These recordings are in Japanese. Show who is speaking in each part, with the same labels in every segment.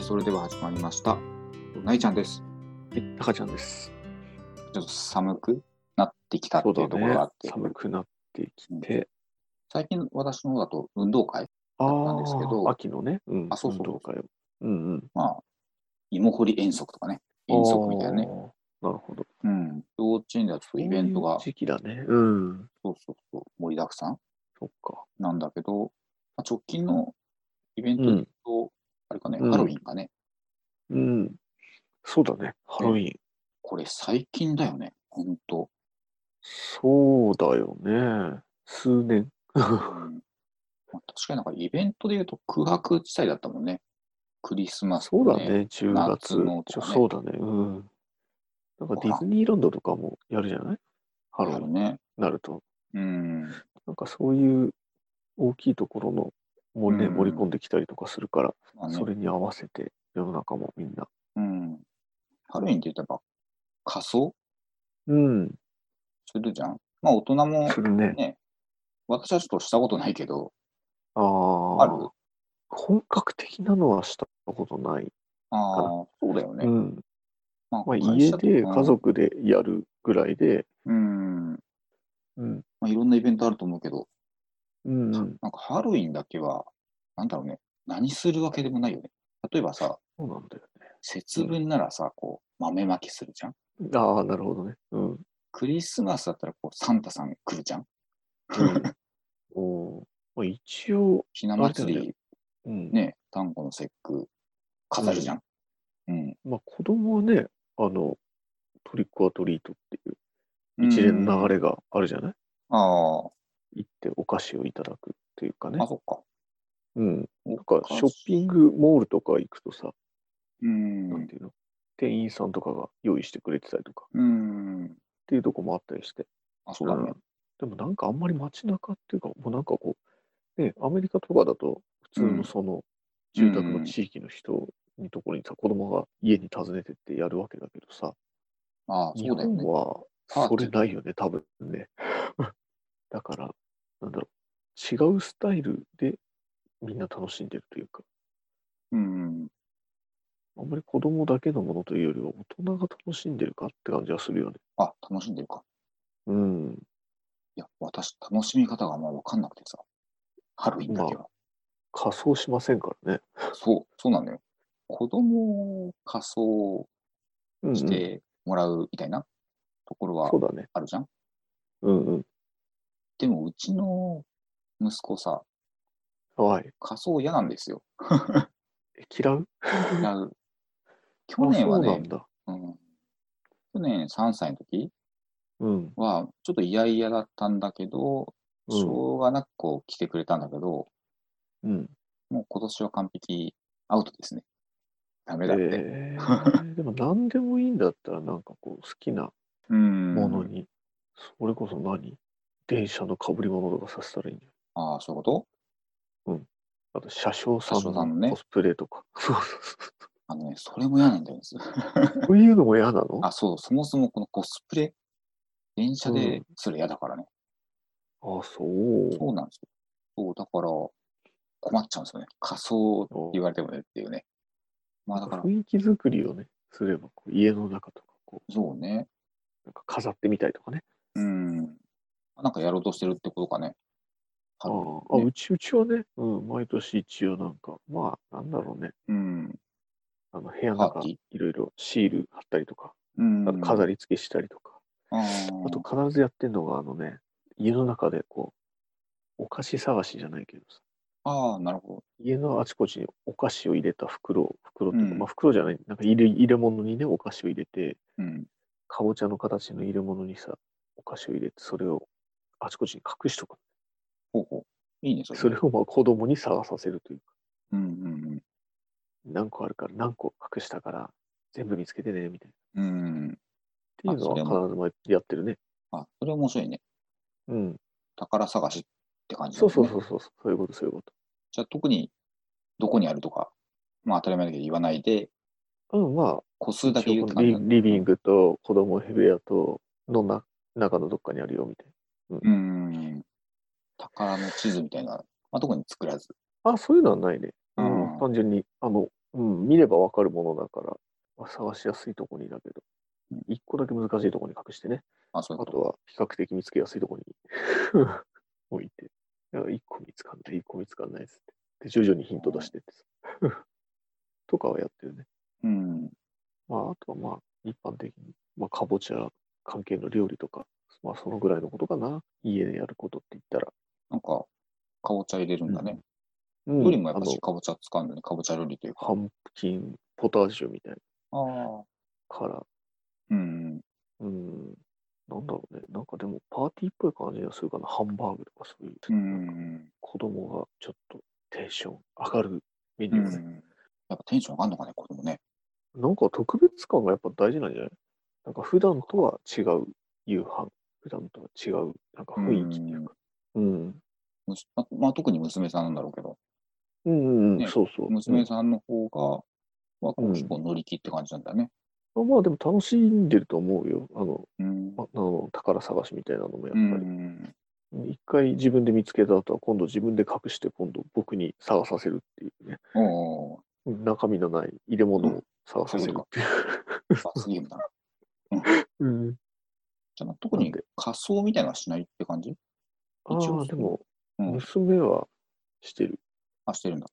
Speaker 1: それでは始まりました。ないちゃんです。
Speaker 2: はい、タカちゃんです。
Speaker 1: ちょっと寒くなってきたって
Speaker 2: そう
Speaker 1: い
Speaker 2: だ
Speaker 1: うところ
Speaker 2: ね
Speaker 1: があって、。
Speaker 2: 寒くなってきて。
Speaker 1: 最近私の方だと運動会、
Speaker 2: あ
Speaker 1: ったんですけど
Speaker 2: ー秋のね、うん、
Speaker 1: あそうそう
Speaker 2: 運動会を。うんうん。
Speaker 1: まあ、芋掘り遠足とかね、遠足みたいなね。
Speaker 2: あー。なるほど。
Speaker 1: うん。幼稚園ではちょっとイベントが、
Speaker 2: こういう時期だね。うん。
Speaker 1: そうそうそう、盛りだくさん
Speaker 2: そっか。
Speaker 1: なんだけど、まあ、直近のイベント
Speaker 2: う
Speaker 1: と、
Speaker 2: ん。
Speaker 1: あれかね、
Speaker 2: うん
Speaker 1: ハロウィンかね、
Speaker 2: うん。そうだね。ハロウィン。
Speaker 1: これ最近だよね、ほんと。
Speaker 2: そうだよね。数年。
Speaker 1: うんまあ確かになんかイベントで言うと空白地帯だったもんね。クリスマス、
Speaker 2: そうだ。ね。10月。
Speaker 1: 夏のとかね
Speaker 2: そうだね。うん。なんかディズニーランドとかもやるじゃない
Speaker 1: あ
Speaker 2: ハロウィ
Speaker 1: る
Speaker 2: ンに
Speaker 1: ね。
Speaker 2: なると。
Speaker 1: うん。
Speaker 2: なんかそういう大きいところのもね、
Speaker 1: うん
Speaker 2: 盛り込んできたりとかするから、
Speaker 1: まあね
Speaker 2: それに合わせて世の中もみんな。
Speaker 1: うん。ハロウィンって言ったら仮装
Speaker 2: うん、
Speaker 1: するじゃん。まあ大人も
Speaker 2: するね。
Speaker 1: ね、私はちょっとしたことないけど、
Speaker 2: ああ
Speaker 1: ある
Speaker 2: 本格的なのはしたことない。
Speaker 1: ああ
Speaker 2: かな、
Speaker 1: そうだよ
Speaker 2: う
Speaker 1: ね。
Speaker 2: ん
Speaker 1: ま
Speaker 2: まあ、
Speaker 1: 会
Speaker 2: 家
Speaker 1: 社と
Speaker 2: で
Speaker 1: か
Speaker 2: 家族でやるぐらいで、
Speaker 1: うん。ま
Speaker 2: うん
Speaker 1: あいろんなイベントあると思うけど、
Speaker 2: うん
Speaker 1: なんかハロウィンだけは、なんだろうね、何するわけでもないよね。例えばさ、
Speaker 2: そうなんだよ
Speaker 1: 節分ならさ、こう、豆まきするじゃん。
Speaker 2: ね。ああ、なるほどね。うん。うん
Speaker 1: クリスマスだったら、こう、サンタさん来るじゃん。
Speaker 2: おーまあ、一応、
Speaker 1: ひな祭
Speaker 2: あれだ
Speaker 1: り、
Speaker 2: うん
Speaker 1: ね、端午の節句、飾るじゃん。うん。
Speaker 2: まあ、子供はね、あの、トリックはトリートっていう一連の
Speaker 1: れ。
Speaker 2: 流れがあるじゃない、
Speaker 1: ああ、
Speaker 2: 行ってお菓子をいただくっていうかね
Speaker 1: あ、。そっか。
Speaker 2: うん。
Speaker 1: な
Speaker 2: なんか、ショッピングモールとか行くとさ、
Speaker 1: うん。
Speaker 2: なんていうの店員さんとかが用意してくれてたりとかっ
Speaker 1: うん。
Speaker 2: ていうとこもあったりして、
Speaker 1: あ、そうだね。
Speaker 2: うんでもなんかあんまり街中っていうかもうなんかこう、ね、アメリカとかだと普通
Speaker 1: うん
Speaker 2: のその住宅の地域の人のところにさ、子供が家に訪ねてってやるわけだけどさ
Speaker 1: ああ、
Speaker 2: 日
Speaker 1: そうだよ
Speaker 2: 本
Speaker 1: ね。
Speaker 2: は
Speaker 1: パーテ
Speaker 2: そ
Speaker 1: ィー
Speaker 2: れないよね多分ね だからなんだろう違うスタイルでみんな楽しんでるというか
Speaker 1: うん。
Speaker 2: あんまり子供だけのものというよりは大人が楽しんでるかって感じはするよね
Speaker 1: あ、楽しんでるか。
Speaker 2: うん
Speaker 1: いや、私、楽しみ方がもうわかんなくてさ。ハロウィンだけは。
Speaker 2: 仮装しませんからね。
Speaker 1: そう、そうなのよ。子供を仮装
Speaker 2: うんうん
Speaker 1: してもらうみたいなところは
Speaker 2: そうだね。
Speaker 1: あるじゃん。
Speaker 2: うんうん。
Speaker 1: でも、うちの息子さ、
Speaker 2: はい。
Speaker 1: 仮装嫌なん ですよ。
Speaker 2: え嫌う
Speaker 1: 嫌う去年は
Speaker 2: あそうな
Speaker 1: ね
Speaker 2: ん、だ。
Speaker 1: うん、去年3歳の時
Speaker 2: うん。
Speaker 1: は、ちょっと嫌々だったんだけど、
Speaker 2: うん
Speaker 1: しょうがなくこう来てくれたんだけど、
Speaker 2: うん。
Speaker 1: もう今年は完璧アウトですね。ダメだって。
Speaker 2: えー、でも何でもいいんだったら、なんかこう、好きな
Speaker 1: うん。
Speaker 2: ものに、それこそ何電車の被り物とかさせたらいいんじゃ
Speaker 1: ああ、そういうこと
Speaker 2: ないあと、車掌さん
Speaker 1: 車掌さんのね
Speaker 2: のコスプレとか。そうそうそ
Speaker 1: あのね、それも嫌なんだよね。
Speaker 2: う。こういうのも嫌なのあ
Speaker 1: あ、そう、そもそもこのコスプレ、電車
Speaker 2: う
Speaker 1: で
Speaker 2: ん
Speaker 1: それ嫌だからね。
Speaker 2: そう。
Speaker 1: そうなんですよ。そう、だから、困っちゃうんですよね。仮想って言われてもねっていうね。まあだから、
Speaker 2: 雰囲気作りをね、すれば、こう家の中とか、こ
Speaker 1: そうね。
Speaker 2: う、なんか飾ってみたりとかね。
Speaker 1: うん。なんかやろうとしてるってことかね。
Speaker 2: あ
Speaker 1: ハロウ
Speaker 2: あ
Speaker 1: ィンね
Speaker 2: うちうちはね、うん、毎年一応なんか、まあ、なんだろうね、
Speaker 1: うん。
Speaker 2: あの部屋の
Speaker 1: パー
Speaker 2: 中
Speaker 1: ティー
Speaker 2: いろいろシール貼ったりとか、
Speaker 1: うん。
Speaker 2: あと飾り付けしたりとか、
Speaker 1: あ
Speaker 2: あと必ずやってるのが、あのね、家の中でこう、お菓子探しじゃないけどさ、
Speaker 1: ああ、なるほ
Speaker 2: 家のあちこちにお菓子を入れた袋を、袋っていうか、
Speaker 1: うん
Speaker 2: まあ袋じゃない、なんか入れ入れ物にね、お菓子を入れて、
Speaker 1: ど。うん。
Speaker 2: かぼちゃの形の入れ物にさ、お菓子を入れて、それをあちこちに隠しとく。
Speaker 1: ほうほう。いいね、それ。
Speaker 2: それをまあ子供に探させるという
Speaker 1: うんうん
Speaker 2: 何個あるから何個隠したから全部見つけてねみたい
Speaker 1: うん。うん。
Speaker 2: な。ってい
Speaker 1: あそ
Speaker 2: うの
Speaker 1: れ
Speaker 2: は必ず毎日やってるね。
Speaker 1: あ、それ面白いね。
Speaker 2: うん。
Speaker 1: 宝探しって感じだよ
Speaker 2: そう
Speaker 1: ね。
Speaker 2: そうそうそう。そういうことそういうこ
Speaker 1: じゃあ特にどこにあるとか、まあ当たり前だけど言わないで、
Speaker 2: と。うん、ま
Speaker 1: 個数
Speaker 2: あ、
Speaker 1: だけ言うって感じ
Speaker 2: リ
Speaker 1: なんだ。
Speaker 2: リビングと子供部屋とのな中のどっかにあるよみたいう
Speaker 1: ーん。宝の地図みたいな、まあ、特に作らず。
Speaker 2: な。あ、そういうのはないね。
Speaker 1: う
Speaker 2: うんん。単純に、あの、うん、見ればわかるものだから、まあ探しやすいとこにだけど
Speaker 1: うん、
Speaker 2: 一個だけ難しいとこに隠してね、
Speaker 1: あ、そういう
Speaker 2: あ
Speaker 1: こと
Speaker 2: は比較的見つけやすいとこに 置いて、だから一個見つかんない、一個見つかんないっつって。で、徐々にヒント出してってさ。 とかはやってるね。
Speaker 1: と。うん。
Speaker 2: まあ、あとはまあ、一般的に、まあ、かぼちゃ関係の料理とか、まあ、そのぐらいのことかな。家でやることって言ったら。
Speaker 1: なんか、かぼちゃ入れるんだね。
Speaker 2: うん
Speaker 1: 料理もやっぱ
Speaker 2: あの
Speaker 1: しかぼちゃ使うんだね。かぼちゃ料理というか。
Speaker 2: ハンプキン、ポタージュみたいな
Speaker 1: ああ。
Speaker 2: から、
Speaker 1: うん。
Speaker 2: うん、なんだろうね。なんかでも、パーティーっぽい感じがするかな。ハンバーグとかそういう。
Speaker 1: う
Speaker 2: なんか
Speaker 1: ん。
Speaker 2: 子供がちょっとテンション上がるメニ
Speaker 1: う
Speaker 2: ューをね。
Speaker 1: ん。やっぱテンション上がるのかね、子供ね。
Speaker 2: なんか特別感がやっぱ大事なんじゃないなんか普段とは違う夕飯。普段とは違う、なんか雰囲気っていうか。うん。
Speaker 1: むしままあ、特に娘さんなんだろうけど、
Speaker 2: うんうんう
Speaker 1: ね
Speaker 2: ん、そうそう。
Speaker 1: 娘
Speaker 2: ん。
Speaker 1: さんの方が、まあ、こ
Speaker 2: う
Speaker 1: うん結構乗り気って感じなんだね。
Speaker 2: あまあでも楽しんでると思うよ。あの、
Speaker 1: うん。
Speaker 2: まあの宝探しみたいなのもやっ
Speaker 1: う
Speaker 2: ぱり。
Speaker 1: ん。
Speaker 2: 一回自分で見つけた後は今度自分で隠して今度僕に探させるっていうね。
Speaker 1: おお。
Speaker 2: 中身のない入れ物を探させるっていう。
Speaker 1: 罰ゲームだな。
Speaker 2: うん。
Speaker 1: じゃあまあ特
Speaker 2: なん
Speaker 1: に
Speaker 2: で
Speaker 1: 仮装みたいなのはしないって感じ
Speaker 2: あ
Speaker 1: 一応
Speaker 2: あ、でも、
Speaker 1: うん
Speaker 2: 娘はしてる。
Speaker 1: あ、してるんだ。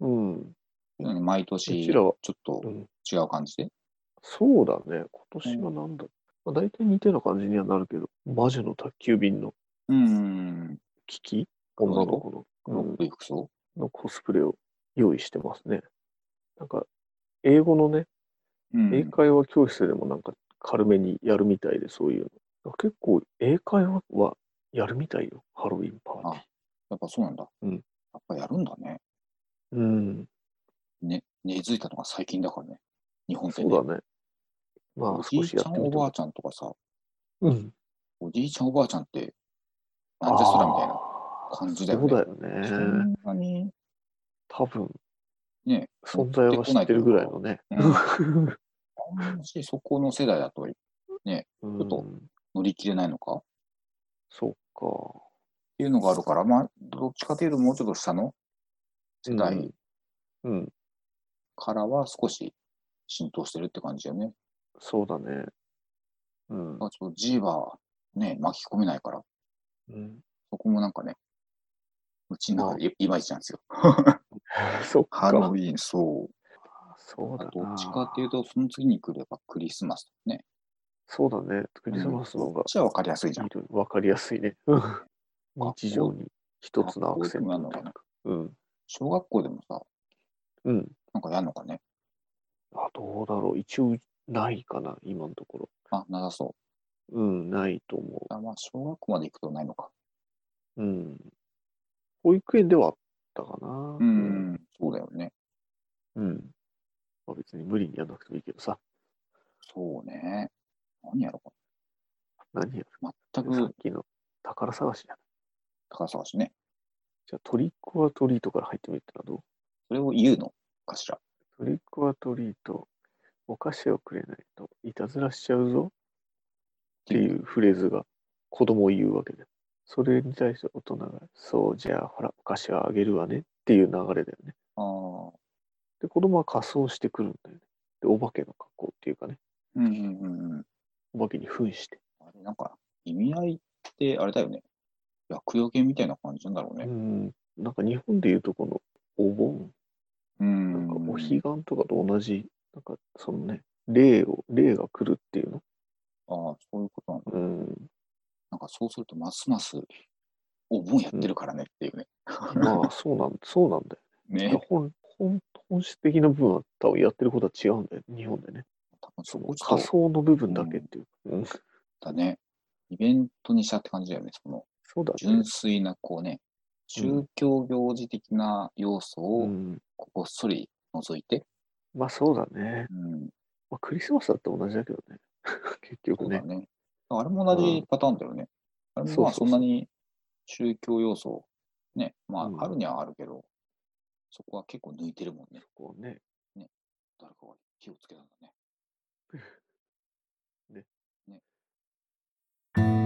Speaker 2: うん。
Speaker 1: 毎年、
Speaker 2: う
Speaker 1: ち
Speaker 2: ちら
Speaker 1: ょ
Speaker 2: は
Speaker 1: っと
Speaker 2: うん
Speaker 1: 違う感じで。そう
Speaker 2: そうだね。今年はなんだ、まあ、大体似たような感じにはなるけど、魔女の宅急便の
Speaker 1: うん。
Speaker 2: 危機女の子の、うん
Speaker 1: 黒い服装
Speaker 2: のコスプレを用意してますね。なんか、英語のね、
Speaker 1: うん
Speaker 2: 英会話教室でもなんか軽めにやるみたいで、そういうの。だから結構、英会話はやるみたいよ。ハロウィンパーティー。
Speaker 1: やっぱそうなんだ。
Speaker 2: うん
Speaker 1: やっぱやるんだね。
Speaker 2: うん。
Speaker 1: ね、根付いたのが最近だからね。日本って
Speaker 2: そう
Speaker 1: ね。
Speaker 2: だね。ま
Speaker 1: お
Speaker 2: あ、
Speaker 1: じ
Speaker 2: 少
Speaker 1: い
Speaker 2: し
Speaker 1: ち
Speaker 2: やっ
Speaker 1: ゃ
Speaker 2: て
Speaker 1: んお
Speaker 2: みても
Speaker 1: ばあちゃんとかさ、
Speaker 2: うん。
Speaker 1: おじいちゃんおばあちゃんって、なんじゃそらみたいな。感じだよね
Speaker 2: そうだよね。
Speaker 1: そんなに、
Speaker 2: 多分、
Speaker 1: ね、
Speaker 2: 存在は知ってるぐらいのね。
Speaker 1: うん、あんましそこの世代だと
Speaker 2: うん
Speaker 1: ちょっと乗り切れないのかっ
Speaker 2: そうか。
Speaker 1: ていうのがあるから、まあ、どっちかというともうちょっと下の世代
Speaker 2: うん。うん、
Speaker 1: からは少し浸透してるって感じだよね。
Speaker 2: そうだね。うん
Speaker 1: だか。らちょっとジーバーはね、巻き込めないから、
Speaker 2: うん、
Speaker 1: そこもなんかね、うちの中でいいまいちなんですよ。
Speaker 2: そっ
Speaker 1: ハ
Speaker 2: か。
Speaker 1: ロウィーン、そう。
Speaker 2: そう
Speaker 1: あ
Speaker 2: だ
Speaker 1: ど
Speaker 2: な。
Speaker 1: っちかっていうと、その次に来ればクリスマスとかね。
Speaker 2: そうだね。クリスマスの方
Speaker 1: こ
Speaker 2: が
Speaker 1: っちは分かりやすいじゃん
Speaker 2: い。ろいろわかりやすいね。 日常に一つのアクセントみたいな。うん。
Speaker 1: 小学校でもさ、
Speaker 2: うん。
Speaker 1: なんかやるのかね。
Speaker 2: あ、どうだろう。一応、ないかな、今のところ。
Speaker 1: あ、なさそ
Speaker 2: うん、ないと思う。
Speaker 1: う。あまあ、小学校まで行くとないのか。
Speaker 2: うん。保育園ではあったかな。
Speaker 1: うん、そうだよね。
Speaker 2: うん。まあ、別に無理にやらなくてもいいけどさ。
Speaker 1: そうね。何やろう
Speaker 2: 何や
Speaker 1: か。全
Speaker 2: る、さ
Speaker 1: く
Speaker 2: っきの宝探しや。
Speaker 1: 宝探しね。
Speaker 2: じゃあトリックはトリートから入ってみるってのはどう
Speaker 1: それを言うのかしら。
Speaker 2: トリックはトリート。お菓子をくれないといたずらしちゃうぞっていうフレーズが子供を言うわけで。それに対して大人が、そうじゃあほら、お菓子はあげるわねっていう流れだよね。
Speaker 1: ああ。
Speaker 2: で、子供は仮装してくるんだよね。で、お化けの格好っていうかね、
Speaker 1: うんうんうんうん。
Speaker 2: お化けに扮して。
Speaker 1: あれ、なんか、意味合いって、あれだよね。厄除けみたいな感じなんだろう
Speaker 2: う
Speaker 1: ね。
Speaker 2: ん、なんか日本でいうとこのお盆、
Speaker 1: うん。
Speaker 2: なんかお彼岸とかと同じ、なんかそのね、霊を、霊が来るっていうの。
Speaker 1: ああ、そういうことなんだ。
Speaker 2: うん、
Speaker 1: なんか、そうすると、ますます、お盆やってるからねっていうね。
Speaker 2: まあそうなん、そうなんだよ。だから
Speaker 1: ね。
Speaker 2: 本本本質的な部分は多分やってることは違うんだよ、日本でね。
Speaker 1: 多分
Speaker 2: そ
Speaker 1: そ
Speaker 2: の
Speaker 1: こちょっ
Speaker 2: 仮想の部分だけっていう。うん、
Speaker 1: とだね。イベントにしたって感じだよね。その、
Speaker 2: そうだね
Speaker 1: 純。粋な、こうね、
Speaker 2: うん
Speaker 1: 宗教行事的な要素を、
Speaker 2: うん、
Speaker 1: こうごっそり除いて、
Speaker 2: まあそうだね。
Speaker 1: うん、
Speaker 2: まあ、クリスマスだって同じだけどね。 結
Speaker 1: そ
Speaker 2: 局
Speaker 1: うだ
Speaker 2: ね。
Speaker 1: ね。あれも同じパターンだよね。あれもまあ
Speaker 2: そ
Speaker 1: そう
Speaker 2: そうそうん
Speaker 1: なに宗教要素、ね、ま
Speaker 2: うん
Speaker 1: ああるにはあるけど、そこは結構抜いてるもんね。
Speaker 2: こうね、
Speaker 1: 誰かが火をつけたんだね。
Speaker 2: ね
Speaker 1: ね。